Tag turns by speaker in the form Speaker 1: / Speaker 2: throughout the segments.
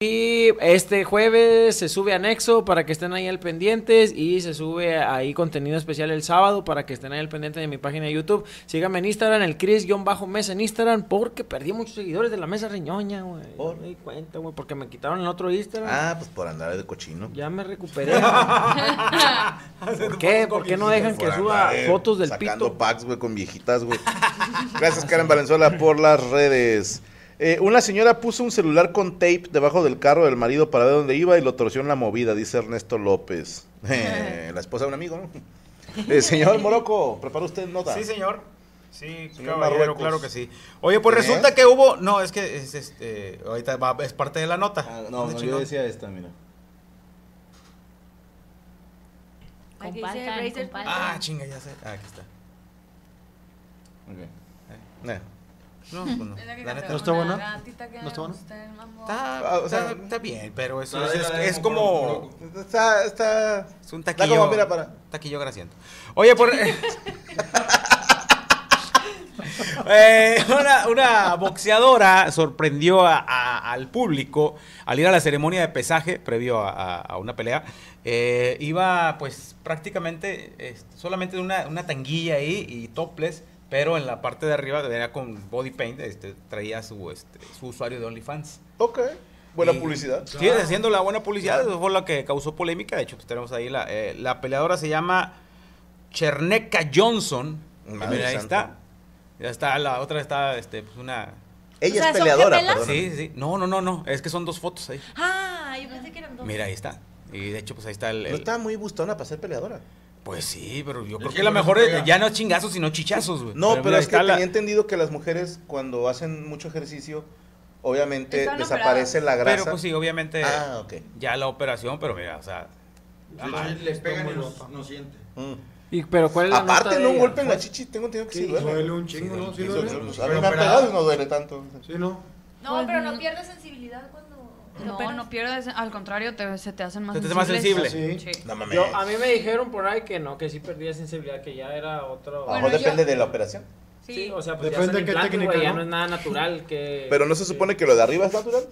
Speaker 1: Y este jueves se sube anexo para que estén ahí al pendientes y se sube ahí contenido especial el sábado para que estén ahí al pendiente de mi página de YouTube. Síganme en Instagram, el Chris-Mesa en Instagram, porque perdí muchos seguidores de la mesa riñoña, güey.
Speaker 2: ¿Por?
Speaker 1: No me di cuenta, güey, porque me quitaron el otro Instagram.
Speaker 2: Ah, pues por andar de cochino.
Speaker 1: Ya me recuperé. güey. ¿Por qué? ¿Por qué no dejan que
Speaker 2: Por
Speaker 1: suba
Speaker 2: andar, eh,
Speaker 1: fotos del
Speaker 2: sacando
Speaker 1: pito?
Speaker 2: packs, güey, con viejitas, güey. Gracias, Karen Valenzuela, por las redes. Eh, una señora puso un celular con tape debajo del carro del marido para ver dónde iba y lo torció en la movida, dice Ernesto López. Eh, la esposa de un amigo, ¿no? Eh, señor Moroco, ¿prepara usted nota?
Speaker 3: Sí, señor. Sí,
Speaker 2: Señor
Speaker 3: caballero,
Speaker 2: Marruecos.
Speaker 3: claro que sí. Oye, pues
Speaker 2: ¿Eh?
Speaker 3: resulta que hubo. No, es que es, este, ahorita va- es parte de la nota.
Speaker 2: Ah, no,
Speaker 3: De
Speaker 2: no,
Speaker 3: hecho,
Speaker 2: yo
Speaker 3: no.
Speaker 2: decía esta, mira.
Speaker 4: Aquí
Speaker 5: Compartan,
Speaker 4: dice Razer.
Speaker 5: compartan.
Speaker 3: Ah, chinga, ya sé. Ah, aquí está.
Speaker 2: Muy bien. Eh.
Speaker 3: No, pues no.
Speaker 4: Es la que
Speaker 3: La
Speaker 4: cantaba
Speaker 3: neta, no está
Speaker 4: una
Speaker 3: bueno.
Speaker 5: Ah,
Speaker 4: gatita que
Speaker 3: ¿No está bueno?
Speaker 4: usted es mamón.
Speaker 3: Está,
Speaker 2: Ah, o sea,
Speaker 3: está- está bien, pero es,
Speaker 1: Dale,
Speaker 3: es-
Speaker 1: dale,
Speaker 3: es
Speaker 1: como
Speaker 3: como.
Speaker 2: Está, está...
Speaker 3: Es un
Speaker 2: Está
Speaker 3: taquillo.
Speaker 2: como, mira, para...
Speaker 3: Taquillo grasiento. Oye, por. Eh, una, una boxeadora sorprendió a- a- al público al ir a la ceremonia de pesaje previo a, a- a una pelea. Eh, iba, pues, prácticamente este, solamente de una, una tanguilla ahí y topless, pero en la parte de arriba era con body paint, este, traía su, este, su usuario de OnlyFans.
Speaker 2: Ok, ¿eh? buena
Speaker 3: Y-
Speaker 2: publicidad.
Speaker 3: Sí, haciendo la buena publicidad, eso fue lo que causó polémica. De hecho, pues tenemos ahí la, eh, la peleadora se llama Cherneka Johnson. Y
Speaker 2: Madre
Speaker 3: mira, ahí
Speaker 2: santa.
Speaker 3: está. Ya está, la otra está, este, pues una.
Speaker 2: Ella
Speaker 4: O sea,
Speaker 2: es
Speaker 4: ¿son
Speaker 2: peleadora,
Speaker 4: gemelas?
Speaker 2: perdón.
Speaker 3: Sí, sí. No, no, no, no. Es que son dos fotos ahí.
Speaker 4: Ah, yo pensé que eran dos.
Speaker 3: Mira, ahí está. Y de hecho, pues ahí está el.
Speaker 2: No
Speaker 3: el-
Speaker 2: estaba muy bustona para ser peleadora.
Speaker 3: Pues sí, pero yo creo
Speaker 1: que
Speaker 3: que la
Speaker 1: no
Speaker 3: mejor
Speaker 1: se
Speaker 3: es
Speaker 1: pega.
Speaker 3: ya no chingazos, sino chichazos, güey.
Speaker 2: No, pero,
Speaker 3: mira, ahí
Speaker 2: es que
Speaker 3: está la-
Speaker 2: tenía entendido que las mujeres cuando hacen mucho ejercicio, obviamente
Speaker 4: Están
Speaker 2: desaparece la grasa.
Speaker 3: Pero pues sí, obviamente.
Speaker 2: Ah, ok.
Speaker 3: Ya la operación, pero mira, o sea.
Speaker 6: Les pegan y los- no siente.
Speaker 2: Mm.
Speaker 1: Y, pero ¿cuál es la nota
Speaker 2: Aparte,
Speaker 1: de
Speaker 2: no un
Speaker 1: ella?
Speaker 2: golpe en la chichi, tengo entendido que sí duele.
Speaker 6: Duele un chingo, ¿no? Sí
Speaker 2: Sí,
Speaker 6: duele.
Speaker 2: duele.
Speaker 6: Pero
Speaker 2: A mí me han
Speaker 6: operada.
Speaker 2: pegado y no duele tanto.
Speaker 6: Sí, ¿no?
Speaker 4: No, pero no pierdes sensibilidad cuando.
Speaker 5: No, no pierdes, al contrario, te- se te hacen más
Speaker 3: Se te hace más
Speaker 5: sensibles.
Speaker 6: sensible.
Speaker 5: Sí.
Speaker 2: No mames.
Speaker 1: Yo, a mí me dijeron por ahí que no, que sí perdía sensibilidad, que ya era otro...
Speaker 2: A lo mejor
Speaker 4: yo-
Speaker 2: depende de la operación.
Speaker 1: Sí,
Speaker 4: Sí.
Speaker 1: o sea, pues
Speaker 6: Depende
Speaker 1: ya
Speaker 6: de
Speaker 1: qué
Speaker 6: qué
Speaker 1: técnica,
Speaker 6: técnica,
Speaker 1: ya
Speaker 6: ¿no?
Speaker 1: no es nada natural que...
Speaker 2: Pero no se supone que lo de arriba es natural.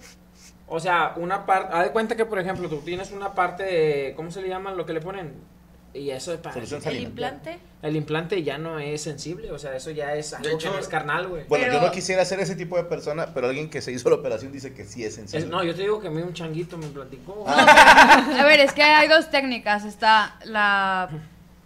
Speaker 1: O sea, una parte... Haz de cuenta que, por ejemplo, tú tienes una parte de... ¿Cómo se le llaman lo que le ponen? Y eso es para...
Speaker 2: Solución
Speaker 4: El
Speaker 2: salina.
Speaker 4: implante.
Speaker 1: El implante ya no es sensible, o sea, eso ya es algo
Speaker 6: hecho-
Speaker 1: que no es carnal, güey.
Speaker 2: Bueno, yo
Speaker 4: Pero-
Speaker 2: no quisiera ser ese tipo de persona, pero alguien que se hizo la operación dice que sí es
Speaker 1: Es-
Speaker 2: sensible.
Speaker 1: no, yo te digo que a mí un changuito me platicó.
Speaker 5: A ver, es que hay dos técnicas. Está la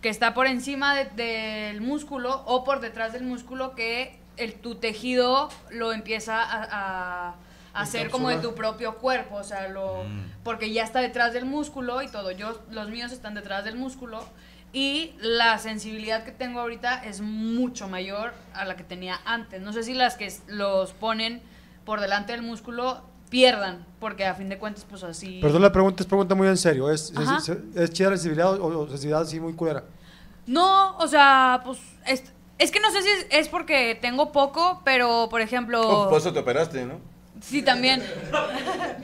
Speaker 5: que está por encima de- del músculo o por detrás del músculo que el, tu tejido lo empieza a, a- a hacer como de tu propio cuerpo. O sea, lo, porque ya está detrás del músculo y todo. Yo, los míos están detrás del músculo. Y la sensibilidad que tengo ahorita es mucho mayor a la que tenía antes. No sé si las que s- los ponen por delante del músculo pierdan, porque a fin de cuentas, pues así...
Speaker 6: Perdón la pregunta, es pregunta muy en serio. ¿Es,
Speaker 5: Ajá.
Speaker 6: es, es- es chida sensibilidad o, o sensibilidad así muy culera?
Speaker 5: No, o sea, pues es, es que no sé si es, es porque tengo poco, pero por ejemplo,
Speaker 2: Oh,
Speaker 3: pues,
Speaker 2: por eso te operaste, ¿no?
Speaker 5: sí también.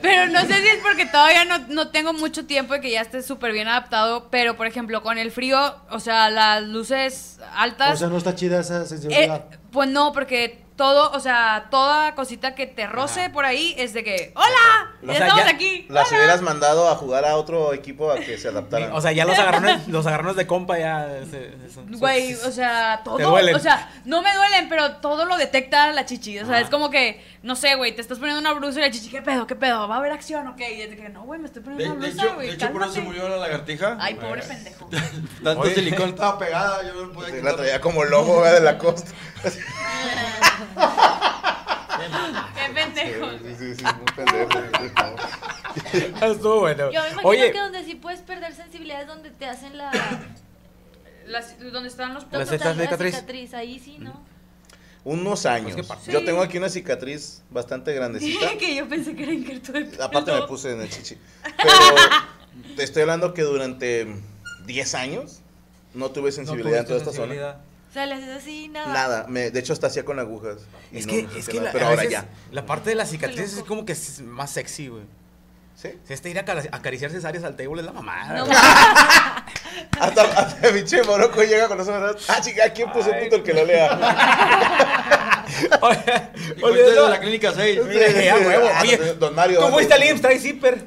Speaker 5: Pero no sé si es porque todavía no, no tengo mucho tiempo y que ya esté súper bien adaptado, pero por ejemplo, con el frío, o sea, las luces
Speaker 6: O
Speaker 5: altas
Speaker 6: sea, no está chida esa
Speaker 5: eh,
Speaker 6: sensibilidad.
Speaker 5: pues no, porque todo, o sea, toda cosita que te roce por ahí es de que, ¡Hola!
Speaker 3: O
Speaker 5: ya
Speaker 3: sea,
Speaker 5: estamos
Speaker 3: ya-
Speaker 5: aquí.
Speaker 2: Las
Speaker 5: hola".
Speaker 2: hubieras mandado a jugar a otro equipo a que se adaptaran.
Speaker 3: O sea, ya los agarrones, los agarrones de compa ya. se- se- se-
Speaker 5: Güey, o sea,
Speaker 3: Te
Speaker 5: todo,
Speaker 3: duelen.
Speaker 5: o sea, no me duelen, pero todo lo detecta la chichi. O sea,
Speaker 3: Ajá.
Speaker 5: es como que, no sé, güey, te estás poniendo una blusa y la chichi, ¿qué pedo? ¿Qué pedo? ¿Va a haber acción o qué? Y es de que, no, güey, me estoy
Speaker 4: De,
Speaker 5: poniendo una
Speaker 4: de
Speaker 5: blusa,
Speaker 4: hecho,
Speaker 5: güey.
Speaker 4: de hecho, por eso
Speaker 5: cálmate".
Speaker 4: se murió la lagartija.
Speaker 5: Ay, pobre pendejo.
Speaker 4: Tanto
Speaker 3: Oye.
Speaker 4: silicón.
Speaker 6: Estaba pegada, yo no podía
Speaker 2: Sí, la
Speaker 6: quitar.
Speaker 2: traía como el ojo ¿verdad? de la costa.
Speaker 5: Qué pendejo.
Speaker 2: Sí, sí, sí, muy pendejo. sí, no.
Speaker 3: Ah, Estuvo bueno.
Speaker 7: Yo me imagino
Speaker 3: Oye,
Speaker 7: que donde sí puedes perder sensibilidad es donde te hacen la.
Speaker 5: Las- ¿Dónde están los
Speaker 3: Las
Speaker 7: donde te
Speaker 3: estas
Speaker 7: hacen la
Speaker 3: cicatriz.
Speaker 7: cicatriz. Ahí sí, ¿no?
Speaker 2: Unos años.
Speaker 3: Pues, ¿qué pasa?
Speaker 2: Yo tengo aquí una cicatriz bastante grandecita.
Speaker 5: que yo pensé que era injerto de pelo.
Speaker 2: Aparte me puse en el chichi. Pero te estoy hablando que durante 10 años no tuve sensibilidad en toda esta zona.
Speaker 7: O sea, le haces así, nada.
Speaker 2: Nada, me- de hecho hasta hacía con agujas. y
Speaker 3: Es
Speaker 2: no
Speaker 3: que,
Speaker 2: me
Speaker 3: es
Speaker 2: sentía
Speaker 3: que
Speaker 2: nada,
Speaker 3: la,
Speaker 2: pero
Speaker 3: a
Speaker 2: ahora
Speaker 3: veces
Speaker 2: ya.
Speaker 3: la parte de las cicatrices es como que es más sexy, güey.
Speaker 2: ¿Sí?
Speaker 3: Si este ir a acar- acariciar cesáreas al table es la mamada.
Speaker 5: No,
Speaker 3: güey.
Speaker 2: Hasta, hasta pinche Morocco llega con eso. ¿verdad? Ah, chica, ¿quién puso
Speaker 3: Ay.
Speaker 2: punto el que lo lea?
Speaker 3: Oye,
Speaker 4: Y
Speaker 3: oye,
Speaker 4: fuiste de
Speaker 3: no.
Speaker 4: la clínica 6.
Speaker 3: Mira, ya, huevo.
Speaker 2: Ah,
Speaker 3: Oye,
Speaker 2: don Mario,
Speaker 3: ¿Cómo
Speaker 2: don-
Speaker 3: está el IMSS? Trae zipper.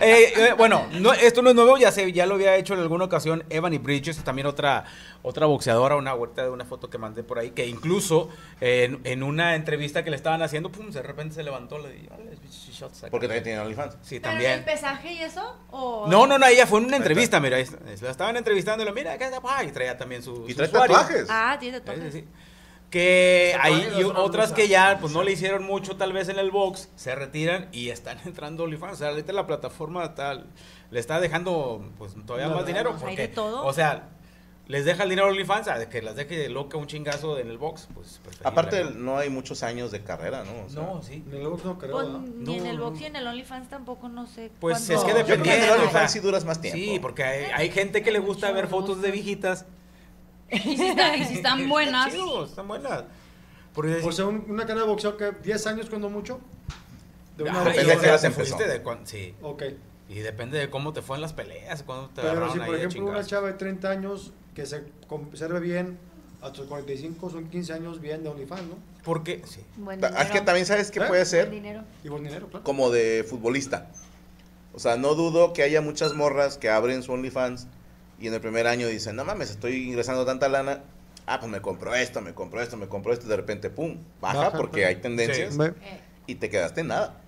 Speaker 3: Eh, eh, bueno, no- esto no es nuevo, ya, se, ya lo había hecho en alguna ocasión Ebony Bridges, también otra, otra boxeadora, una vuelta de una foto que mandé por ahí, que incluso eh, en, en una entrevista que le estaban haciendo, pum, de repente se levantó, le di, "Órale, bitch, shots acá".
Speaker 2: Porque también tiene OnlyFans.
Speaker 3: Sí,
Speaker 7: ¿Pero en el
Speaker 3: también.
Speaker 7: pesaje y eso? O...
Speaker 3: No, no, no, ella fue en una
Speaker 2: Ahí está.
Speaker 3: entrevista, mira, es- es- la estaban entrevistando y lo, mira, acá está, pa", y traía también su
Speaker 2: Y
Speaker 3: su
Speaker 2: trae
Speaker 3: usuario.
Speaker 2: tatuajes.
Speaker 7: Ah, tiene
Speaker 3: Sí, sí,
Speaker 7: tatuajes.
Speaker 3: sí. Que
Speaker 4: Se
Speaker 3: hay
Speaker 4: ponen
Speaker 3: y
Speaker 4: las otras
Speaker 3: otras
Speaker 4: blusas.
Speaker 3: que ya pues no le hicieron mucho tal vez en el box, se retiran y están entrando a OnlyFans. O sea, ahorita la plataforma tal le está dejando pues todavía más dinero.
Speaker 7: pues, hay
Speaker 3: Porque,
Speaker 7: de todo.
Speaker 3: O sea, les deja el dinero a OnlyFans, a que las deje loca un chingazo en el box, pues preferible,
Speaker 2: Aparte,
Speaker 3: ¿no?
Speaker 2: no hay muchos años de carrera, ¿no? O sea,
Speaker 3: No, sí.
Speaker 6: Ni luego no creo,
Speaker 7: Pues,
Speaker 6: ¿verdad?
Speaker 7: ni en
Speaker 3: No,
Speaker 7: el
Speaker 3: no.
Speaker 7: box y en el OnlyFans tampoco, no sé.
Speaker 3: Pues
Speaker 7: cuándo-
Speaker 3: es que
Speaker 2: Yo creo que en el
Speaker 3: dependiendo. o sea,
Speaker 2: OnlyFans sí duras más tiempo.
Speaker 3: Sí, porque hay, hay gente que le gusta ver fotos de viejitas.
Speaker 5: Y si, está- y si están buenas.
Speaker 3: Chido, están buenas. Porque
Speaker 6: O sea, un- una carrera de boxeo que 10 años cuando mucho. De una
Speaker 3: Ah, y
Speaker 2: Depende
Speaker 6: boxeadora.
Speaker 2: de qué edad
Speaker 3: ahora
Speaker 2: se
Speaker 3: te
Speaker 2: empezó.
Speaker 3: fuiste de cuan- sí.
Speaker 6: Ok.
Speaker 3: Y depende de cómo te fue en las peleas, cuando te
Speaker 6: Pero
Speaker 3: agarraron
Speaker 6: si,
Speaker 3: ahí
Speaker 6: por
Speaker 3: de
Speaker 6: ejemplo, una
Speaker 3: chingazo.
Speaker 6: chava de 30 años que se conserve bien hasta los 45, son 15 años bien de OnlyFans, ¿no?
Speaker 3: Porque, sí.
Speaker 7: Buen
Speaker 2: Ta- Ah, Es
Speaker 7: dinero.
Speaker 2: que también sabes que
Speaker 6: ¿Eh?
Speaker 2: puede
Speaker 7: Buen
Speaker 2: ser
Speaker 7: dinero.
Speaker 6: Y buen dinero, claro.
Speaker 2: como de futbolista. O sea, no dudo que haya muchas morras que abren su OnlyFans y en el primer año dicen, no mames, estoy ingresando tanta lana. Ah, pues me compro esto, me compro esto, me compro esto. Y de repente, pum, baja,
Speaker 6: Baja, pues.
Speaker 2: porque
Speaker 6: pero-
Speaker 2: hay tendencias
Speaker 6: Me-
Speaker 7: Eh,
Speaker 2: y te quedaste en nada.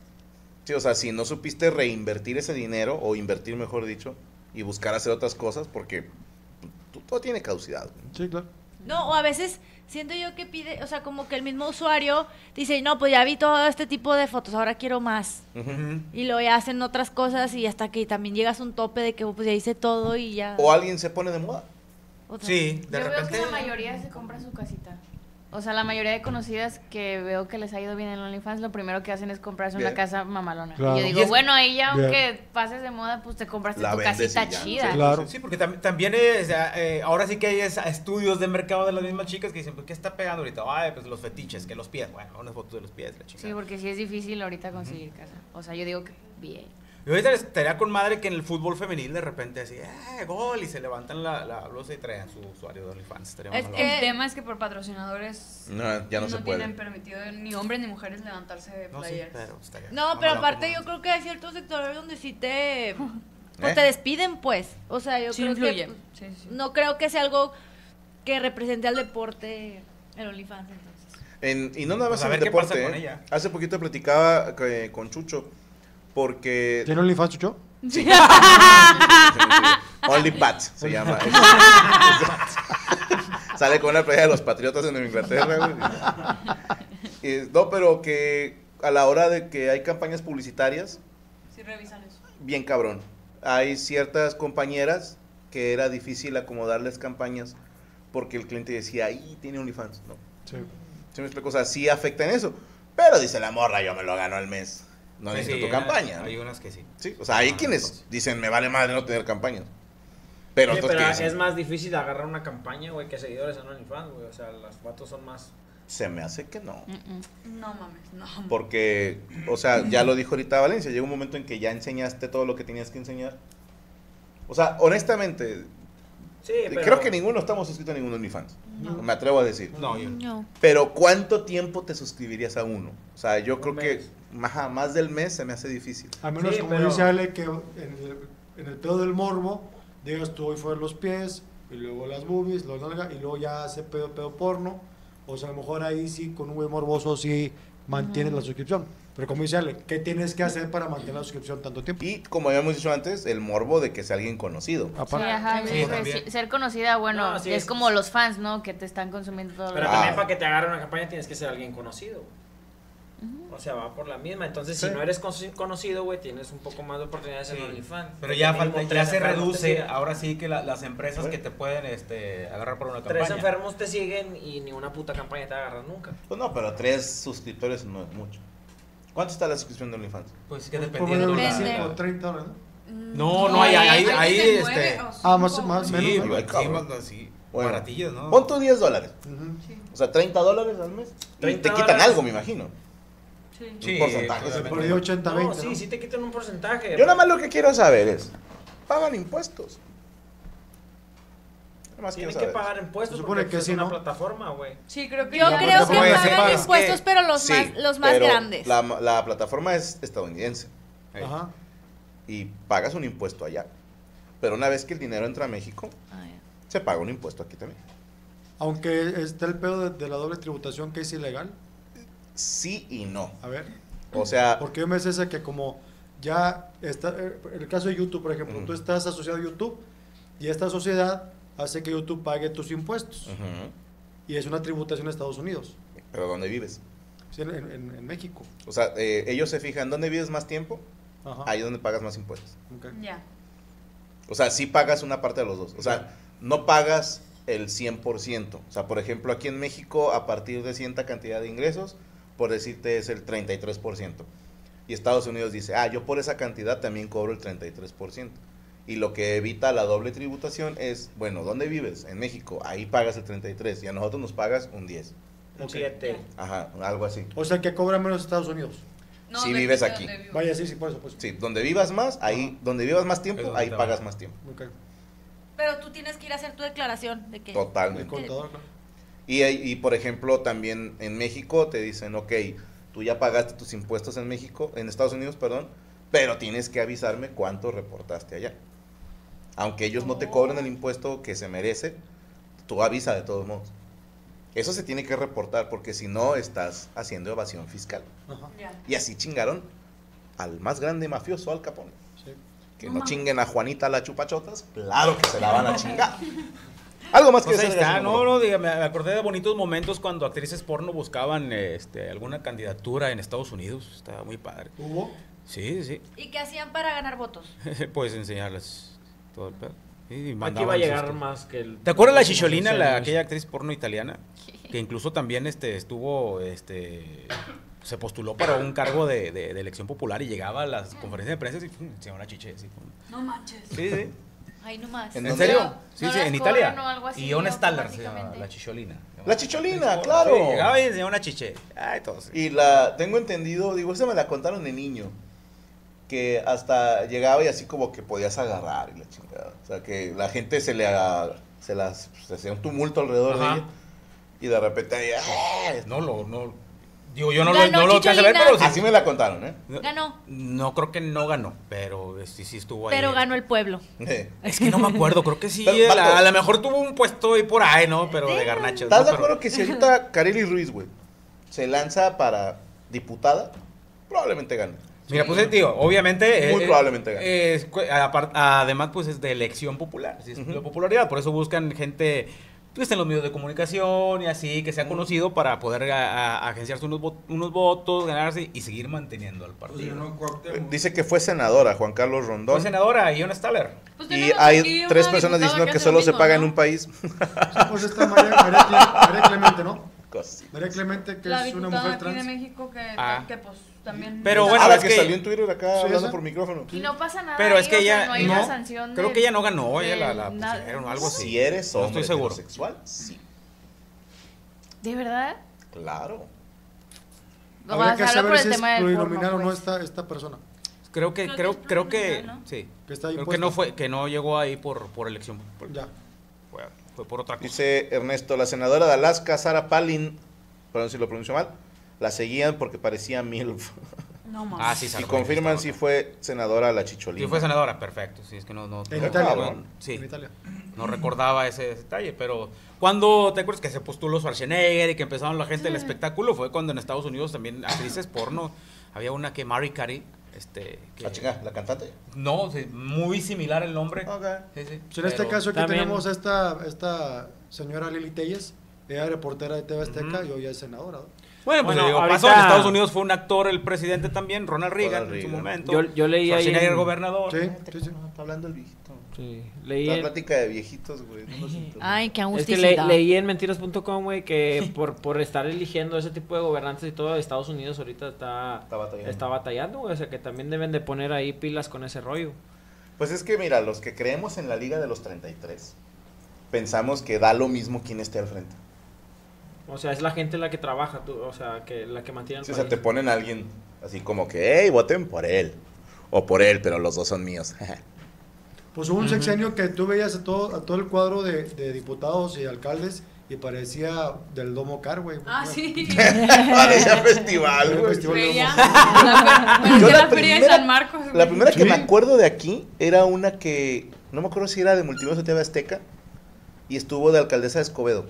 Speaker 2: Sí, o sea, si no supiste reinvertir ese dinero, o invertir mejor dicho, y buscar hacer otras cosas, porque tú- todo tiene caducidad.
Speaker 6: Sí, claro.
Speaker 7: No, o a veces siento yo que pide, o sea, como que el mismo usuario dice, no, pues ya vi todo este tipo de fotos, ahora quiero más. Y luego ya hacen otras cosas y hasta que también llegas a un tope de que pues ya hice todo y ya.
Speaker 2: O alguien se pone de moda.
Speaker 7: otra
Speaker 3: Sí, de
Speaker 8: Yo veo
Speaker 3: repente.
Speaker 8: que la mayoría se compra su casita. O sea, la mayoría de conocidas que veo que les ha ido bien en OnlyFans, lo primero que hacen es comprarse
Speaker 2: Bien.
Speaker 8: una casa mamalona.
Speaker 6: Claro.
Speaker 8: Y yo
Speaker 3: Y
Speaker 8: digo,
Speaker 3: es-
Speaker 8: bueno, ahí ya
Speaker 6: Bien.
Speaker 8: aunque pases de moda, pues te compraste
Speaker 2: La
Speaker 8: tu
Speaker 2: vendes y
Speaker 8: casita
Speaker 2: ya.
Speaker 8: chida.
Speaker 6: Sí, Claro.
Speaker 3: Sí, porque tam- también es, eh, ahora sí que hay es- estudios de mercado de las mismas chicas que dicen, pues, ¿qué está pegando ahorita? Ay, pues los fetiches, que los pies. Bueno, unas fotos de los pies, la chica.
Speaker 8: Sí, porque sí es difícil ahorita conseguir casa. O sea, yo digo que bien.
Speaker 3: Y ahorita estaría con madre que en el fútbol femenil de repente así, ¡eh, gol! Y se levantan la, la blusa y traen su usuario de OnlyFans. Estaría
Speaker 5: Es
Speaker 3: mamón.
Speaker 5: que el tema es que por patrocinadores
Speaker 2: No, ya no, se puede.
Speaker 5: tienen permitido ni hombres ni mujeres levantarse de
Speaker 3: No, sí,
Speaker 5: players.
Speaker 3: pero estaría
Speaker 7: No, pero
Speaker 3: mamalón,
Speaker 7: aparte
Speaker 3: como-
Speaker 7: yo creo que hay ciertos sectores donde sí te... Pues
Speaker 2: ¿Eh?
Speaker 7: te despiden, pues. O sea, yo
Speaker 5: Sí
Speaker 7: creo
Speaker 5: influye.
Speaker 7: que...
Speaker 5: Sí, sí.
Speaker 7: No creo que sea algo que represente al deporte el OnlyFans, entonces.
Speaker 2: En- y no nada más
Speaker 3: Pues a
Speaker 2: en el
Speaker 3: ver qué pasa
Speaker 2: deporte.
Speaker 3: con
Speaker 2: ¿eh?
Speaker 3: ella.
Speaker 2: Hace poquito platicaba eh, con Chucho porque
Speaker 6: ¿Tiene OnlyFans, Chucho?
Speaker 2: Only Pat se llama. Es- Sale con una playa de los Patriotas en Inglaterra. güey. Y- no, pero que a la hora de que hay campañas publicitarias,
Speaker 5: Sí, revisan eso.
Speaker 2: bien cabrón. Hay ciertas compañeras que era difícil acomodarles campañas porque el cliente decía, ahí tiene OnlyFans. No.
Speaker 6: Sí.
Speaker 2: ¿Sí me explico? O sea, sí afecta en eso. Pero dice la morra, yo me lo gano al mes. No
Speaker 3: Sí,
Speaker 2: necesito
Speaker 3: sí,
Speaker 2: tu
Speaker 3: eh,
Speaker 2: campaña. ¿no?
Speaker 3: Hay unas que sí.
Speaker 2: Sí, o sea, hay
Speaker 3: Ah,
Speaker 2: quienes
Speaker 3: pues.
Speaker 2: dicen, me vale madre no tener campañas. Pero
Speaker 1: Sí,
Speaker 2: otros
Speaker 1: pero
Speaker 2: que
Speaker 1: es
Speaker 2: dicen,
Speaker 1: más difícil agarrar una campaña, güey, que seguidores en OnlyFans, güey. O sea, las vatos son más.
Speaker 2: se me hace que no.
Speaker 5: No mames, no.
Speaker 2: Porque, o sea, ya lo dijo ahorita Valencia, llega un momento en que ya enseñaste todo lo que tenías que enseñar. O sea, honestamente, eh,
Speaker 1: Sí,
Speaker 2: Creo que ninguno estamos suscritos a ningún OnlyFans.
Speaker 1: No.
Speaker 2: Me atrevo a decir.
Speaker 3: No, yo
Speaker 7: No.
Speaker 2: Pero ¿cuánto tiempo te suscribirías a uno? O sea, yo creo que ajá, más del mes se me hace difícil.
Speaker 6: A menos,
Speaker 1: Sí,
Speaker 6: como
Speaker 1: pero-
Speaker 6: dice Ale, que en el, en el pedo del morbo, digas tú hoy fueron los pies, y luego las boobies, los nalgas, y luego ya hace pedo, pedo porno. O sea, a lo mejor ahí sí, con un güey morboso, sí mantienes la suscripción. Pero como dice Ale, ¿qué tienes que hacer para mantener la suscripción tanto tiempo?
Speaker 2: Y como habíamos dicho antes, el morbo de que sea alguien conocido.
Speaker 8: Sí,
Speaker 6: Aparte,
Speaker 8: ajá,
Speaker 3: Sí,
Speaker 8: sí, pues,
Speaker 3: también.
Speaker 8: sí, ser conocida, bueno,
Speaker 1: No, sí,
Speaker 8: es
Speaker 1: es-
Speaker 5: pues
Speaker 8: como los fans, ¿no? Que te están consumiendo todo
Speaker 1: Pero
Speaker 8: lo
Speaker 1: también
Speaker 2: Ah.
Speaker 1: para que te agarre una campaña tienes que ser alguien conocido. güey. O sea, va por la misma. Entonces,
Speaker 6: Sí.
Speaker 1: si no eres conci- conocido, güey, tienes un poco más de oportunidades
Speaker 3: Sí,
Speaker 1: en OnlyFans.
Speaker 3: Pero ya,
Speaker 1: Mínimo
Speaker 3: falta, ya
Speaker 1: tres
Speaker 3: se
Speaker 1: enfermos te
Speaker 3: reduce.
Speaker 1: siguen.
Speaker 3: Ahora sí que la- las empresas que te pueden este, agarrar por una campaña.
Speaker 1: Tres enfermos te siguen y ni una puta campaña te agarra nunca.
Speaker 2: Pues no, pero tres suscriptores no es mucho. ¿Cuánto está la suscripción de OnlyFans?
Speaker 3: Pues que
Speaker 6: por medio
Speaker 3: dependiendo.
Speaker 6: de
Speaker 3: la-
Speaker 6: 25 o 30 dólares, ¿no?
Speaker 3: No, no, ahí, ahí,
Speaker 5: Ahí
Speaker 3: ahí,
Speaker 5: se mueve,
Speaker 3: este.
Speaker 5: o
Speaker 6: Ah, más-
Speaker 5: cinco,
Speaker 6: más-
Speaker 5: güey.
Speaker 3: Sí,
Speaker 2: Menos, ¿no?
Speaker 3: güey, sí,
Speaker 2: Cabrón.
Speaker 3: más- sí,
Speaker 2: Bueno.
Speaker 3: baratillos, ¿no?
Speaker 2: Pon tus 10 dólares.
Speaker 6: Ujú.
Speaker 2: O sea, 30 dólares al mes. Y te
Speaker 1: 30
Speaker 2: quitan
Speaker 1: dólares.
Speaker 2: algo, me imagino.
Speaker 3: Sí,
Speaker 2: un porcentaje,
Speaker 3: pues,
Speaker 6: Se
Speaker 2: obviamente.
Speaker 6: perdió 80, 20.
Speaker 1: No, sí, sí te quitan un porcentaje.
Speaker 2: Yo nada más lo que quiero saber es, ¿pagan impuestos? Nada más quiero
Speaker 1: Tienen que
Speaker 2: saber.
Speaker 1: pagar impuestos
Speaker 6: Se supone
Speaker 1: porque pues,
Speaker 6: que sí,
Speaker 1: es una
Speaker 6: ¿no?
Speaker 1: plataforma, güey.
Speaker 5: Sí, creo que
Speaker 7: Yo
Speaker 5: ya.
Speaker 7: creo
Speaker 3: pues,
Speaker 7: que
Speaker 3: pues,
Speaker 7: pagan
Speaker 3: es
Speaker 7: impuestos,
Speaker 3: que-
Speaker 7: pero los
Speaker 2: Sí,
Speaker 7: más, los más
Speaker 2: pero
Speaker 7: grandes.
Speaker 2: La, la plataforma es estadounidense
Speaker 3: Ey.
Speaker 6: Ajá.
Speaker 2: y pagas un impuesto allá. Pero una vez que el dinero entra a México,
Speaker 3: Ah,
Speaker 2: se paga un impuesto aquí también.
Speaker 6: Aunque está el pedo de, de la doble tributación que es ilegal.
Speaker 2: Sí y no.
Speaker 6: A ver.
Speaker 2: O sea,
Speaker 6: Porque yo me sé esa que como ya está, eh, en el caso de YouTube, por ejemplo,
Speaker 2: Ujú.
Speaker 6: tú estás asociado a YouTube y esta sociedad hace que YouTube pague tus impuestos.
Speaker 2: ujú,
Speaker 6: Y es una tributación en Estados Unidos,
Speaker 2: pero ¿dónde vives?
Speaker 6: sí, en, en- en México.
Speaker 2: O sea, eh, ellos se fijan, ¿dónde vives más tiempo?
Speaker 6: Ajá.
Speaker 2: Ahí es donde pagas más impuestos.
Speaker 6: Ok.
Speaker 5: Ya.
Speaker 2: O sea, sí pagas una parte de los dos. O sea, no pagas el 100%. O sea, por ejemplo, aquí en México, a partir de cierta cantidad de ingresos, por decirte, es el 33%. Y Estados Unidos dice, ah, yo por esa cantidad también cobro el 33%. Y lo que evita la doble tributación es, bueno, ¿dónde vives? En México, ahí pagas el 33 y a nosotros nos pagas un 10.
Speaker 6: Ok.
Speaker 1: Fíjate.
Speaker 2: Ajá, algo así.
Speaker 6: O sea que cobra menos Estados Unidos.
Speaker 5: No,
Speaker 2: Si
Speaker 5: de-
Speaker 2: vives
Speaker 5: de-
Speaker 2: aquí.
Speaker 5: de- de-
Speaker 6: Vaya, sí, sí, por eso. Pues.
Speaker 2: Sí, donde vivas más, ahí, donde vivas más tiempo,
Speaker 3: donde
Speaker 2: ahí
Speaker 3: trabajas.
Speaker 2: pagas más tiempo.
Speaker 6: Ok.
Speaker 7: Pero tú tienes que ir a hacer tu declaración de que.
Speaker 6: El
Speaker 2: Totalmente.
Speaker 6: contador. ¿no?
Speaker 2: Y, y, por ejemplo, también en México te dicen, ok, tú ya pagaste tus impuestos en México, en Estados Unidos, perdón, pero tienes que avisarme cuánto reportaste allá. Aunque ellos no te cobren el impuesto que se merece, tú avisa de todos modos. Eso se tiene que reportar porque si no estás haciendo evasión fiscal.
Speaker 6: Ajá.
Speaker 5: Ya.
Speaker 2: Y así chingaron al más grande mafioso, Al Capone.
Speaker 6: Sí.
Speaker 2: Que
Speaker 5: No
Speaker 2: no,
Speaker 5: mames.
Speaker 2: chinguen a Juanita la chupachotas, claro que se la van a chingar. Algo más que
Speaker 3: Pues ahí
Speaker 2: decir,
Speaker 3: está,
Speaker 2: Gasón,
Speaker 3: no, no, dígame, me acordé de bonitos momentos cuando actrices porno buscaban este, alguna candidatura en Estados Unidos. Estaba muy padre.
Speaker 6: ¿Hubo?
Speaker 3: Sí, sí,
Speaker 7: ¿Y qué hacían para ganar votos?
Speaker 3: puedes enseñarles todo el pedo. Sí, y
Speaker 1: Aquí
Speaker 3: mandaban
Speaker 1: va a llegar
Speaker 3: sus-
Speaker 1: más que el.
Speaker 3: ¿Te acuerdas la Chicholina, la,
Speaker 1: Sí.
Speaker 3: aquella actriz porno italiana? Que incluso también este, estuvo, este, se postuló para un cargo de, de- de elección popular y llegaba a las conferencias de prensa y pum, se una chiche. así, pum.
Speaker 5: No manches.
Speaker 3: Sí, sí.
Speaker 7: Ay, no más.
Speaker 2: ¿En
Speaker 3: ¿En,
Speaker 2: dónde?
Speaker 3: serio?
Speaker 8: No
Speaker 3: Sí,
Speaker 8: las
Speaker 3: sí, en
Speaker 8: corren
Speaker 3: Italia.
Speaker 8: o algo así
Speaker 3: y una Staller se llama
Speaker 8: automáticamente.
Speaker 3: la Chicholina.
Speaker 2: La Chicholina,
Speaker 3: Sí,
Speaker 2: claro.
Speaker 3: llegaba y enseñaba una chiche. Ay, todo sí.
Speaker 2: Y la tengo entendido, digo, esa me la contaron de niño. Que hasta llegaba y así como que podías agarrar y la chingada. O sea, que la gente se le aga- se las se hacía un tumulto alrededor
Speaker 3: Ajá.
Speaker 2: de ella. Y de repente ella, ¡eh!
Speaker 3: No lo, no. Digo, yo no lo,
Speaker 7: Ganó
Speaker 3: no lo alcancé a ver, pero
Speaker 7: Chicholina.
Speaker 3: sí.
Speaker 2: Así me la contaron, ¿eh?
Speaker 3: No,
Speaker 7: Ganó.
Speaker 3: no creo que no ganó, pero este, sí, sí estuvo ahí.
Speaker 7: Pero ganó el pueblo.
Speaker 3: Es que no me acuerdo, creo que sí.
Speaker 2: Pero,
Speaker 3: a la-
Speaker 2: vato.
Speaker 3: a lo mejor tuvo un puesto ahí por ahí, ¿no? Pero de garnachas.
Speaker 2: ¿Estás
Speaker 3: ¿no?
Speaker 2: de
Speaker 3: Pero-
Speaker 2: acuerdo que si ahorita Kareli Ruiz, güey, se lanza para diputada, probablemente gane?
Speaker 3: Mira, pues eh, digo, obviamente.
Speaker 2: Muy probablemente gane.
Speaker 3: es cu- apar- además, pues es de elección popular. así es la popularidad. Por eso buscan gente que esté en los medios de comunicación y así, que sea conocido para poder a- a- agenciarse unos, vo- unos votos, ganarse y seguir manteniendo al
Speaker 9: Pues
Speaker 6: Pues,
Speaker 3: partido.
Speaker 2: Dice que fue senadora, Juan Carlos
Speaker 3: Fue
Speaker 2: Rondón.
Speaker 3: senadora, Iona Staller.
Speaker 2: Y
Speaker 5: Pues tenemos aquí
Speaker 2: hay
Speaker 5: una
Speaker 2: tres personas
Speaker 5: diputada
Speaker 2: diciendo que
Speaker 5: hace
Speaker 2: solo
Speaker 5: lo
Speaker 2: se
Speaker 5: mismo,
Speaker 2: paga en
Speaker 5: ¿no?
Speaker 2: un país.
Speaker 6: Sí, pues está María, María Cle- María Clemente, ¿no?
Speaker 2: Cosas.
Speaker 6: María Clemente, que
Speaker 5: La
Speaker 6: es una
Speaker 5: diputada
Speaker 6: mujer
Speaker 5: aquí de
Speaker 6: trans.
Speaker 5: México que,
Speaker 3: Ah.
Speaker 5: que, pues también.
Speaker 3: Pero
Speaker 2: Ah,
Speaker 3: bueno,
Speaker 2: la
Speaker 3: es
Speaker 2: que,
Speaker 3: que-
Speaker 2: salió en Twitter acá
Speaker 6: Sí,
Speaker 2: hablando
Speaker 6: esa.
Speaker 2: por micrófono.
Speaker 8: Y no pasa nada.
Speaker 3: Pero es
Speaker 8: ahí,
Speaker 3: que
Speaker 8: o sea,
Speaker 3: ella-
Speaker 8: no hay una
Speaker 3: no,
Speaker 8: sanción.
Speaker 3: Creo
Speaker 8: de-
Speaker 3: que ella no ganó, ella la, la
Speaker 8: nada.
Speaker 3: pusieron o algo así.
Speaker 2: Si eres
Speaker 3: No
Speaker 2: hombre
Speaker 3: estoy seguro.
Speaker 2: heterosexual, sí.
Speaker 8: ¿De verdad?
Speaker 2: Claro.
Speaker 6: Habría que
Speaker 8: hablo
Speaker 6: saber
Speaker 8: por
Speaker 6: si
Speaker 8: el
Speaker 6: es
Speaker 8: tema del
Speaker 6: plurinominal o
Speaker 8: porno,
Speaker 6: no
Speaker 8: pues.
Speaker 6: esta, esta persona.
Speaker 3: Creo que,
Speaker 5: Creo que
Speaker 3: creo,
Speaker 5: es
Speaker 3: creo que.
Speaker 5: plurinominal, ¿no?
Speaker 3: Sí.
Speaker 6: Que está
Speaker 3: Creo que
Speaker 6: impuesto.
Speaker 3: no fue, que no llegó ahí por, por elección.
Speaker 6: Ya.
Speaker 3: Fue, fue por otra cosa.
Speaker 2: Dice Ernesto, la senadora de Alaska, Sarah Palin, perdón si lo pronuncio mal, la seguían porque parecía MILF.
Speaker 5: No
Speaker 3: Ah, sí,
Speaker 2: y
Speaker 3: Sarah Palin
Speaker 2: confirman
Speaker 3: estaba
Speaker 2: si fue senadora la chicholina.
Speaker 3: Sí, fue senadora, perfecto. Sí, es que no, no,
Speaker 6: En
Speaker 3: no-
Speaker 6: Italia,
Speaker 3: no-
Speaker 2: ¿no?
Speaker 3: sí,
Speaker 6: en Italia.
Speaker 3: no recordaba ese detalle, pero cuando te acuerdas que se postuló Schwarzenegger y que empezaron la gente del
Speaker 6: Ah.
Speaker 3: espectáculo, fue cuando en Estados Unidos también actrices porno, había una que Mary Carey, este, que-
Speaker 2: Ah, chinga, la cantante.
Speaker 3: no, sí, muy similar el nombre. Sí, sí,
Speaker 6: Pues en este
Speaker 3: pero-
Speaker 6: caso aquí
Speaker 1: también-
Speaker 6: tenemos a esta, esta señora Lili Telles, ella es reportera de TV Azteca
Speaker 3: Ujú.
Speaker 6: y hoy es senadora. ¿no?
Speaker 3: Bueno, pues
Speaker 1: Bueno,
Speaker 3: digo,
Speaker 1: ahorita-
Speaker 3: pasó en Estados Unidos, fue un actor, el presidente también, Ronald Reagan,
Speaker 2: Ronald
Speaker 3: en su
Speaker 2: Reagan.
Speaker 3: momento.
Speaker 1: Yo- yo leí ahí
Speaker 3: Schwarzenegger,
Speaker 1: en-
Speaker 3: gobernador.
Speaker 6: Sí, sí, sí.
Speaker 2: Está hablando el viejito.
Speaker 1: Sí, leí.
Speaker 2: La
Speaker 1: en-
Speaker 2: plática de viejitos, güey. no lo siento.
Speaker 7: Ay, qué
Speaker 1: Es que le-
Speaker 7: angustia.
Speaker 1: leí en mentiras.com, güey, que por, por estar eligiendo ese tipo de gobernantes y todo, Estados Unidos ahorita está,
Speaker 2: Está batallando.
Speaker 1: está batallando, güey. O sea, que también deben de poner ahí pilas con ese rollo.
Speaker 2: Pues es que mira, los que creemos en la Liga de los 33, pensamos que da lo mismo quien esté al frente.
Speaker 1: O sea, es la gente la que trabaja, tú, o sea, que la que mantiene el
Speaker 2: Sí, o
Speaker 1: país.
Speaker 2: sea, te ponen a alguien así como que, hey, voten por él. O por él, pero los dos son míos.
Speaker 6: Pues hubo un sexenio que tú veías a todo, a todo el cuadro de, de diputados y alcaldes y parecía del Domo Car, güey.
Speaker 5: Ah, sí.
Speaker 2: Parecía
Speaker 6: Era
Speaker 2: Ah, festival,
Speaker 6: el
Speaker 2: güey.
Speaker 6: festival de
Speaker 5: Feria.
Speaker 6: Domo Car.
Speaker 5: Me
Speaker 2: Yo
Speaker 5: fui a
Speaker 2: la
Speaker 5: la feria de
Speaker 2: primera-
Speaker 5: San Marcos.
Speaker 2: La
Speaker 5: güey.
Speaker 2: primera que me acuerdo de aquí era una que, no me acuerdo si era de Multiverso TV Azteca, y estuvo de alcaldesa de Escobedo.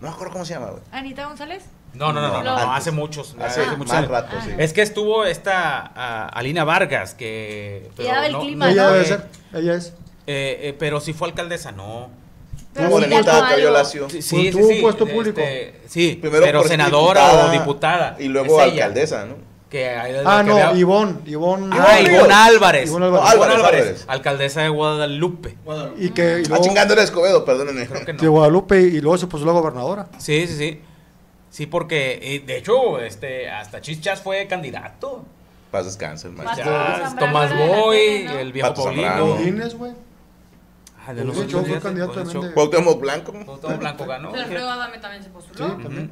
Speaker 2: No me acuerdo cómo se llama, güey.
Speaker 7: Anita González.
Speaker 3: No, no, no, no, no,
Speaker 2: No,
Speaker 3: hace muchos.
Speaker 1: Ah,
Speaker 2: Hace,
Speaker 3: hace muchos
Speaker 2: más
Speaker 3: años.
Speaker 2: rato, sí.
Speaker 3: Es que estuvo esta ah, Alina Vargas, que... pero
Speaker 7: daba el
Speaker 3: no-
Speaker 7: clima,
Speaker 3: no
Speaker 6: Ella
Speaker 3: fue-
Speaker 6: debe ser, ella es.
Speaker 3: eh, eh, pero si fue alcaldesa, no.
Speaker 2: Muy morenita, cabello lacio.
Speaker 3: Sí, este,
Speaker 6: Pues tuvo un puesto público.
Speaker 3: sí,
Speaker 2: Primero
Speaker 3: pero
Speaker 2: por ser
Speaker 3: senadora
Speaker 2: diputada,
Speaker 3: o diputada.
Speaker 2: Y luego
Speaker 3: Es ella,
Speaker 2: alcaldesa, ¿no?
Speaker 3: que ahí es la
Speaker 6: Ah,
Speaker 3: que
Speaker 6: no,
Speaker 3: veo-
Speaker 6: Ivonne, Ivonne.
Speaker 3: Ah,
Speaker 2: Ivonne
Speaker 3: Ivonne Álvarez.
Speaker 6: Ivonne
Speaker 3: Ivonne
Speaker 6: Álvarez.
Speaker 3: Álvarez,
Speaker 2: Álvarez.
Speaker 3: Alcaldesa de Guadalupe.
Speaker 6: Y que y
Speaker 2: Ah,
Speaker 6: luego-
Speaker 2: chingando era Escobedo, perdónenme.
Speaker 3: Creo que
Speaker 6: de
Speaker 3: no.
Speaker 6: Guadalupe y luego se puso la gobernadora.
Speaker 3: Sí, sí, sí. Sí, porque eh, de hecho, este, hasta Chichas fue candidato.
Speaker 2: Paz descanso, hermano.
Speaker 5: Más- Pato
Speaker 3: Chas,
Speaker 5: Zambrano
Speaker 3: Tomás
Speaker 5: era de la
Speaker 3: Boy,
Speaker 5: tele, ¿no?
Speaker 3: el viejo
Speaker 2: Pato
Speaker 3: Paulino.
Speaker 2: Zambrano.
Speaker 6: Godínez, güey.
Speaker 3: Ah,
Speaker 6: Sí,
Speaker 3: los
Speaker 6: de hecho,
Speaker 3: ocho,
Speaker 6: fue
Speaker 3: fíjate,
Speaker 6: candidato
Speaker 3: con el
Speaker 6: también
Speaker 3: show.
Speaker 6: de-
Speaker 2: Cuauhtémoc Blanco.
Speaker 3: Todo blanco ganó.
Speaker 5: Alfredo Adame también se postuló.
Speaker 6: Sí, también.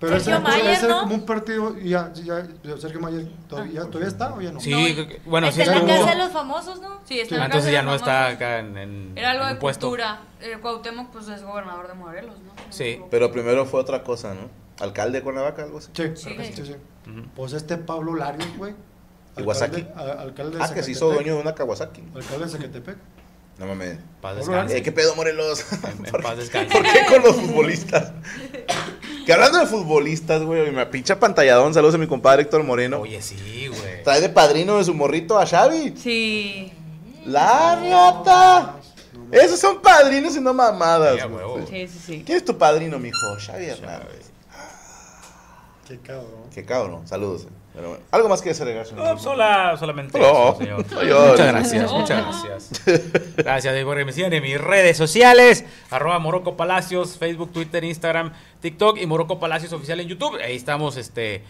Speaker 6: Pero
Speaker 7: Sergio
Speaker 6: ese puede
Speaker 7: Mayer,
Speaker 6: ser
Speaker 7: ¿no?
Speaker 6: como un partido. y Ya, ya, Sergio Mayer, ¿todavía, ¿todavía está o ya no?
Speaker 3: Sí,
Speaker 5: No,
Speaker 3: creo que- bueno, sí
Speaker 7: Está en la
Speaker 3: estuvo.
Speaker 7: casa de los famosos, ¿no?
Speaker 5: Sí, está
Speaker 3: Ah,
Speaker 5: en la
Speaker 3: Entonces
Speaker 5: Casa
Speaker 3: ya
Speaker 5: de
Speaker 3: no
Speaker 5: los
Speaker 3: está
Speaker 5: Famosos.
Speaker 3: acá en, en-
Speaker 5: Era algo
Speaker 3: en
Speaker 5: de
Speaker 3: un puesto.
Speaker 5: cultura. Eh, Cuauhtémoc, pues es gobernador de Morelos, ¿no? Si no me
Speaker 3: Sí.
Speaker 5: equivoco.
Speaker 2: Pero primero fue otra cosa, ¿no? Alcalde de Cuernavaca, algo así.
Speaker 6: Sí,
Speaker 5: Sí.
Speaker 6: sí, sí.
Speaker 3: Ujú.
Speaker 6: Pues este Pablo Larios, güey.
Speaker 2: Iwasaki.
Speaker 6: alcalde- a- Alcalde de
Speaker 2: Ah, que se hizo
Speaker 6: Zacatepec.
Speaker 2: dueño de una Kawasaki.
Speaker 6: Alcalde de Zacatepec.
Speaker 2: No
Speaker 3: Paz
Speaker 2: mames.
Speaker 6: Pablo
Speaker 3: descanse.
Speaker 2: Eh, ¿Qué pedo, Morelos?
Speaker 3: En- en
Speaker 2: ¿Por
Speaker 3: paz descanse.
Speaker 2: ¿Por qué con los futbolistas? Que hablando de futbolistas, güey, me pincha pantalladón. Saludos a mi compadre Héctor Moreno.
Speaker 3: Oye, sí, güey.
Speaker 2: Trae de padrino de su morrito a Xavi.
Speaker 5: Sí.
Speaker 2: ¡La rata! Esos son padrinos y no mamadas,
Speaker 3: Sí, a
Speaker 2: güey.
Speaker 3: huevo.
Speaker 5: Sí, sí, sí.
Speaker 2: ¿Quién es tu padrino, mijo? Xavi Hernández.
Speaker 6: Qué cabrón.
Speaker 2: Qué cabrón. Saludos. eh. Pero bueno, algo más que agregar, señor.
Speaker 3: No, sola, solamente
Speaker 2: No,
Speaker 3: eso, señor.
Speaker 2: soy yo.
Speaker 3: Muchas gracias,
Speaker 5: No.
Speaker 3: muchas gracias. Gracias de que me sigan en mis redes sociales, arroba Morocco Palacios, Facebook, Twitter, Instagram, TikTok y Morocco Palacios Oficial en YouTube. Ahí estamos, este...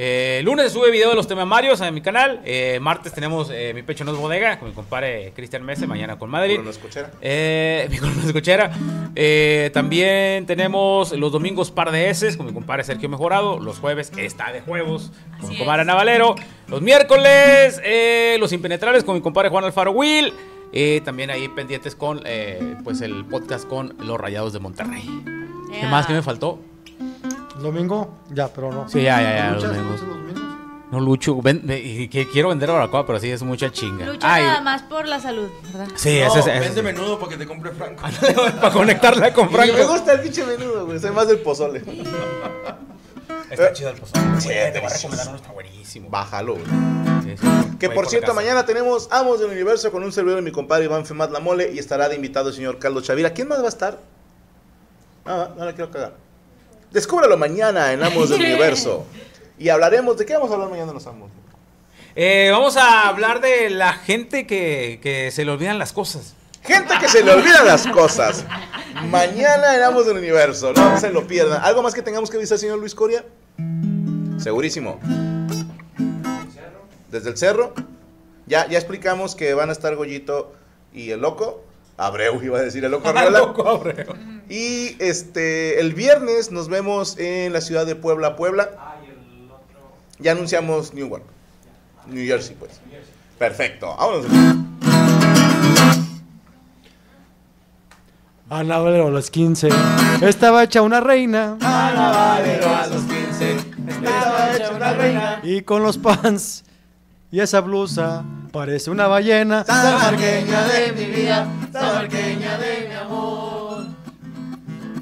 Speaker 3: eh, lunes sube video de los temamarios a mi canal. eh, martes tenemos eh, Mi Pecho No es Bodega con mi compadre eh, Cristian Mese, mañana con Madrid.
Speaker 2: Puro no escuchera.
Speaker 3: Eh, mi columna escuchera. Eh, también tenemos los domingos par de S con mi compadre Sergio Mejorado. Los jueves está de juegos con mi
Speaker 5: Así
Speaker 3: compadre
Speaker 5: es.
Speaker 3: Ana Valero. Los miércoles eh, los impenetrables con mi compadre Juan Alfaro Will. Eh, también ahí pendientes con eh, pues el podcast con los Rayados de Monterrey. ¿Qué
Speaker 7: Ea.
Speaker 3: más que me faltó?
Speaker 6: Domingo, ya, pero no.
Speaker 3: Sí, ya, ya, ya,
Speaker 6: Muchas
Speaker 3: domingo.
Speaker 6: cosas los domingos.
Speaker 3: No, Lucho, ven- ve- y que quiero vender barbacoa, pero sí es mucha chinga.
Speaker 7: Lucha
Speaker 3: Ay,
Speaker 7: nada más por la salud, ¿verdad?
Speaker 3: Sí,
Speaker 1: No,
Speaker 3: ese es. ese es-
Speaker 1: vende menudo para que te compre Franco.
Speaker 3: para conectarla con
Speaker 2: Y me
Speaker 3: Franco.
Speaker 2: gusta el pinche menudo, güey. Soy más del pozole.
Speaker 3: Está chido el pozole. güey,
Speaker 2: Sí,
Speaker 3: eh, te voy a
Speaker 2: delicioso.
Speaker 3: recomendar uno, está buenísimo.
Speaker 2: Bájalo, güey.
Speaker 3: Sí, sí.
Speaker 2: Que
Speaker 3: Voy
Speaker 2: por cierto,
Speaker 3: la casa.
Speaker 2: mañana tenemos Amos del Universo con un servidor de mi compadre Iván Femat La Mole y estará de invitado el señor Carlos Chavira. ¿Quién más va a estar? Ah, no la quiero cagar. Descúbralo mañana en Amos del Universo. Y hablaremos, ¿de qué vamos a hablar mañana en los Amos?
Speaker 3: Eh, vamos a hablar de la gente que, que se le olvidan las cosas.
Speaker 2: Gente que se le olvidan las cosas. Mañana en Amos del Universo, no se lo pierdan. ¿Algo más que tengamos que avisar, señor Luis Coria? Segurísimo. Desde el cerro. Ya, ya explicamos que van a estar Goyito y el loco. Abreu iba a decir el loco Arriola.
Speaker 3: Loco, Abreu.
Speaker 2: Y este el viernes nos vemos en la ciudad de Puebla, Puebla. Ya anunciamos Newark. New Jersey, pues. Perfecto. Vámonos.
Speaker 6: Ana Valero a los 15. Estaba hecha una reina.
Speaker 3: Ana Valero a los 15. Estaba hecha una reina.
Speaker 6: Y con los pants y esa blusa parece una ballena.
Speaker 3: Salvarqueña de mi vida.
Speaker 7: Salvarqueña de mi amor.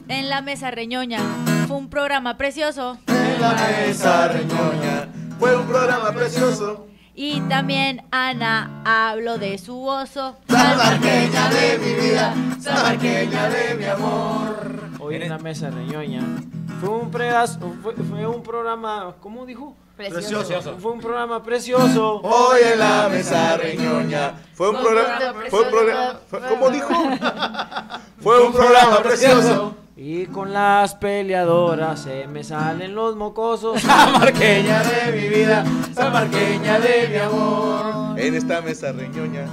Speaker 7: En la mesa reñoña. Fue un programa precioso.
Speaker 3: En la mesa reñoña. Fue un programa precioso.
Speaker 7: Y también Ana habló de su oso.
Speaker 3: Salvarqueña de mi vida. Salvarqueña de mi amor.
Speaker 1: Hoy en la mesa reñoña. Fue un, pregas- fue, fue un programa, ¿cómo dijo?
Speaker 8: Precioso.
Speaker 3: Precioso. Oh.
Speaker 1: Fue un programa precioso.
Speaker 3: Hoy en la mesa reñoña.
Speaker 2: Fue un programa. Fue un programa. fue- ¿Cómo dijo?
Speaker 3: Fue un programa precioso.
Speaker 1: Y con las peleadoras se me salen los mocosos.
Speaker 3: Ah, Salvarqueña de mi vida. Salvarqueña de mi amor.
Speaker 2: En esta mesa reñoña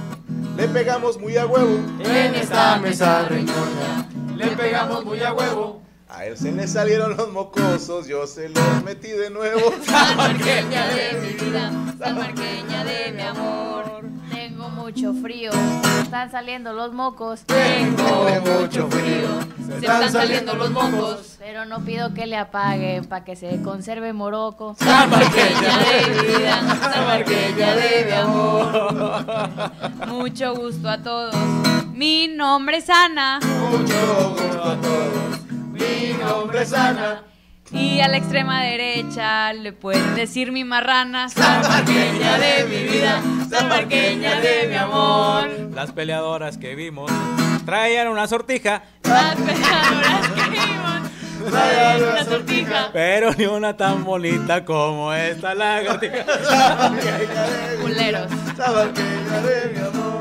Speaker 2: le pegamos muy a huevo.
Speaker 3: En esta mesa reñoña. Le pegamos muy a huevo.
Speaker 2: A él se le salieron los mocosos, yo se los metí de nuevo.
Speaker 8: Salvarqueña de mi vida, salvarqueña de mi amor. Tengo mucho frío, se están saliendo los mocos.
Speaker 3: Tengo mucho frío.
Speaker 8: Se están saliendo los mocos. Pero no pido que le apaguen para que se conserve moroco.
Speaker 3: Salvarqueña
Speaker 8: de mi vida,
Speaker 3: salvarqueña de mi amor.
Speaker 8: Mucho gusto a todos. Mi nombre es Ana
Speaker 3: Mucho gusto a todos. Mi nombre es Ana.
Speaker 8: y a la extrema derecha le pueden decir mi marrana.
Speaker 3: Salvarqueña de mi vida, salvarqueña de mi amor. Las peleadoras que vimos traían una sortija,
Speaker 8: Las peleadoras que vimos traían una sortija,
Speaker 3: pero ni una tan bonita como esta lagartija.
Speaker 8: culeros.
Speaker 3: Salvarqueña de mi amor.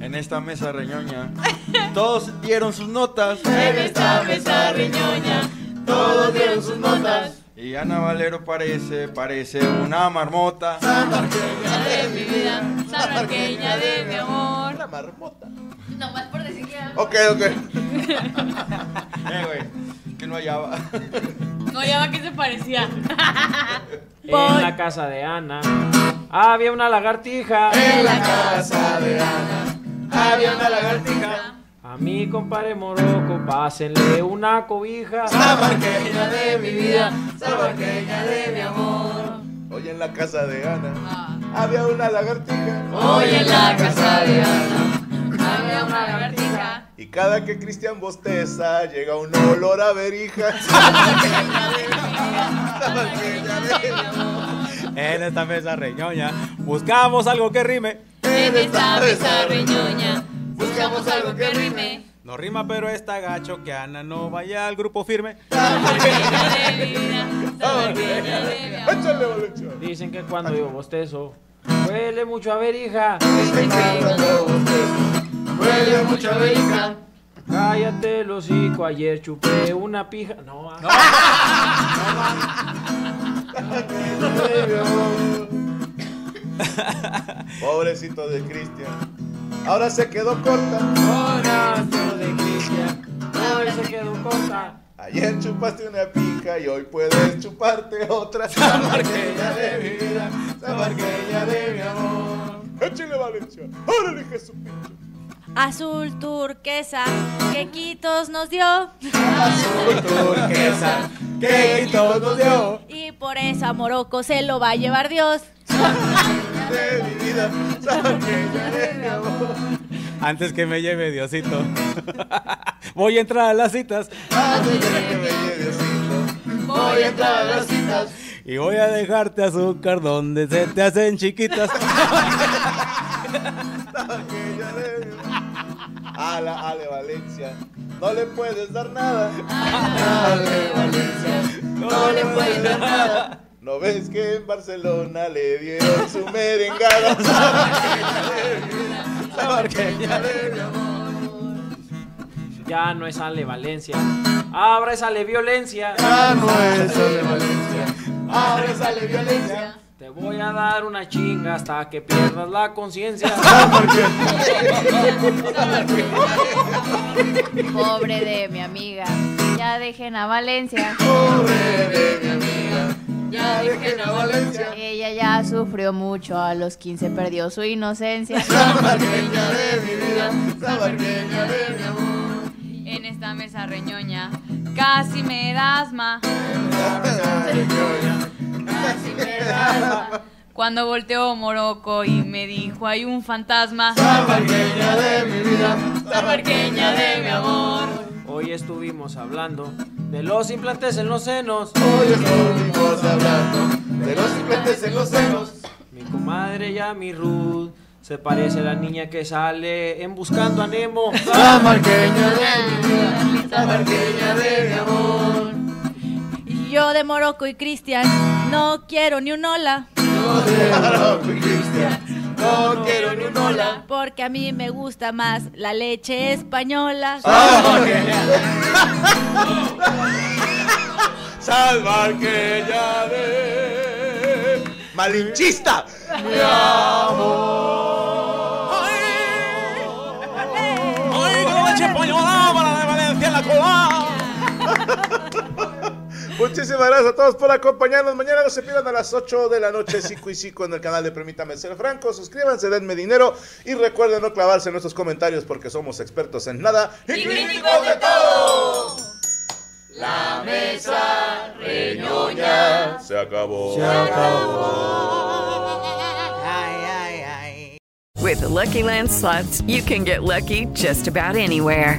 Speaker 4: En esta mesa reñoña. Todos dieron sus notas.
Speaker 3: En esta mesa riñoña, todos dieron sus notas.
Speaker 4: Y Ana Valero parece, parece una marmota.
Speaker 8: Salvarqueña de mi vida, salvarqueña de mi amor.
Speaker 2: La marmota.
Speaker 8: Nomás por decir que
Speaker 3: Oh.
Speaker 8: era-
Speaker 2: Ok, ok.
Speaker 4: Eh, güey, que no hallaba.
Speaker 8: no ya va que se parecía.
Speaker 1: En la casa de Ana había una lagartija.
Speaker 3: En la casa de Ana había una lagartija.
Speaker 1: A mi compadre Moroco, pásenle una cobija.
Speaker 3: Salvarqueña de mi vida, salvarqueña de mi amor.
Speaker 2: Hoy en la casa de Ana había una lagartija.
Speaker 3: Ah. Hoy en la casa de Ana.
Speaker 8: Había una lagartija.
Speaker 2: Y cada que Cristian bosteza llega un olor a verija.
Speaker 3: En esta mesa reñoña buscamos algo que rime.
Speaker 8: En esta mesa reñoña buscamos algo que rime.
Speaker 3: No rima, pero está gacho que Ana no vaya al grupo firme.
Speaker 8: Salvarqueña de mi vida, salvarqueña de mi amor.
Speaker 2: Échale, Valencio.
Speaker 1: Dicen que cuando yo bostezo, huele mucho a verija.
Speaker 3: Este Huele mucha verica.
Speaker 1: Cállate el hocico, ayer chupé una pija. No, ah.
Speaker 2: Pobrecito de Cristian. Ahora se quedó corta.
Speaker 1: Ahora pero de Cristian, ahora se quedó corta.
Speaker 2: Ayer chupaste una pija y hoy puedes chuparte otra.
Speaker 3: Salvarqueña de mi vida, salvarqueña de mi amor.
Speaker 2: Échale, Valencio. Órale, Jesús.
Speaker 7: Azul turquesa que Quitos nos dio.
Speaker 3: Azul turquesa, que todo nos dio.
Speaker 7: Y por eso a Morocco se lo va a llevar Dios.
Speaker 2: De mi vida. Salvarqueña de mi amor.
Speaker 3: Antes que me lleve Diosito. Voy a entrar a las citas
Speaker 2: Antes de que me lleve Diosito.
Speaker 8: Voy a entrar a las citas.
Speaker 3: y voy a dejarte azúcar donde se te hacen chiquitas.
Speaker 2: Salvarqueña de mi amor. A la Ale Valencia. No le puedes dar nada.
Speaker 3: No le puedes dar nada.
Speaker 2: ¿No ves que en Barcelona le dieron su merengada? Salvarqueña de mi amor.
Speaker 1: Ya no es Ale Valencia, ahora es Ale Violencia.
Speaker 6: Ah, no es Ale Valencia. Ahora sale violencia.
Speaker 1: Te voy a dar una chinga hasta que pierdas la conciencia.
Speaker 8: Pobre de mi amiga, ya dejen a Valencia.
Speaker 3: Pobre de mi amiga,
Speaker 8: Ya dije no Valencia.
Speaker 10: Ella ya sufrió mucho, a los 15 perdió su inocencia.
Speaker 8: de mi vida, sabarqueña de mi amor. En esta mesa reñoña, casi me das asma. Casi me da asma. Cuando volteó Morocco y me dijo hay un fantasma. Sabarqueña de mi vida, sabarqueña de mi amor.
Speaker 1: Hoy estuvimos hablando de los implantes en los senos.
Speaker 4: Hoy estuvimos hablando de los implantes en los senos.
Speaker 1: Mi comadre ya mi Ruth se parece a la niña que sale en buscando a Nemo.
Speaker 4: Sabarqueña
Speaker 1: de mi vida,
Speaker 7: sabarqueña de mi amor. Y yo de Morocco y Cristian no quiero ni un hola.
Speaker 4: No quiero ni un hola.
Speaker 7: Porque a mí me gusta más la leche española.
Speaker 4: Sabarqueña de. ¡Malinchista! Mi amor.
Speaker 3: ¡Ay, con leche española para la de Valencia en la cola!
Speaker 2: Muchísimas gracias a todos por acompañarnos. Mañana no se pierdan a las 8 de la noche, 5 y 5 en el canal de Permítame Ser Franco. Suscríbanse, denme dinero y recuerden no clavarse en nuestros comentarios porque somos expertos en nada.
Speaker 4: Y críticos de todo. La mesa reñoña.
Speaker 2: Se acabó.
Speaker 4: Se acabó.
Speaker 11: With the Lucky Land slots, you can get lucky just about anywhere.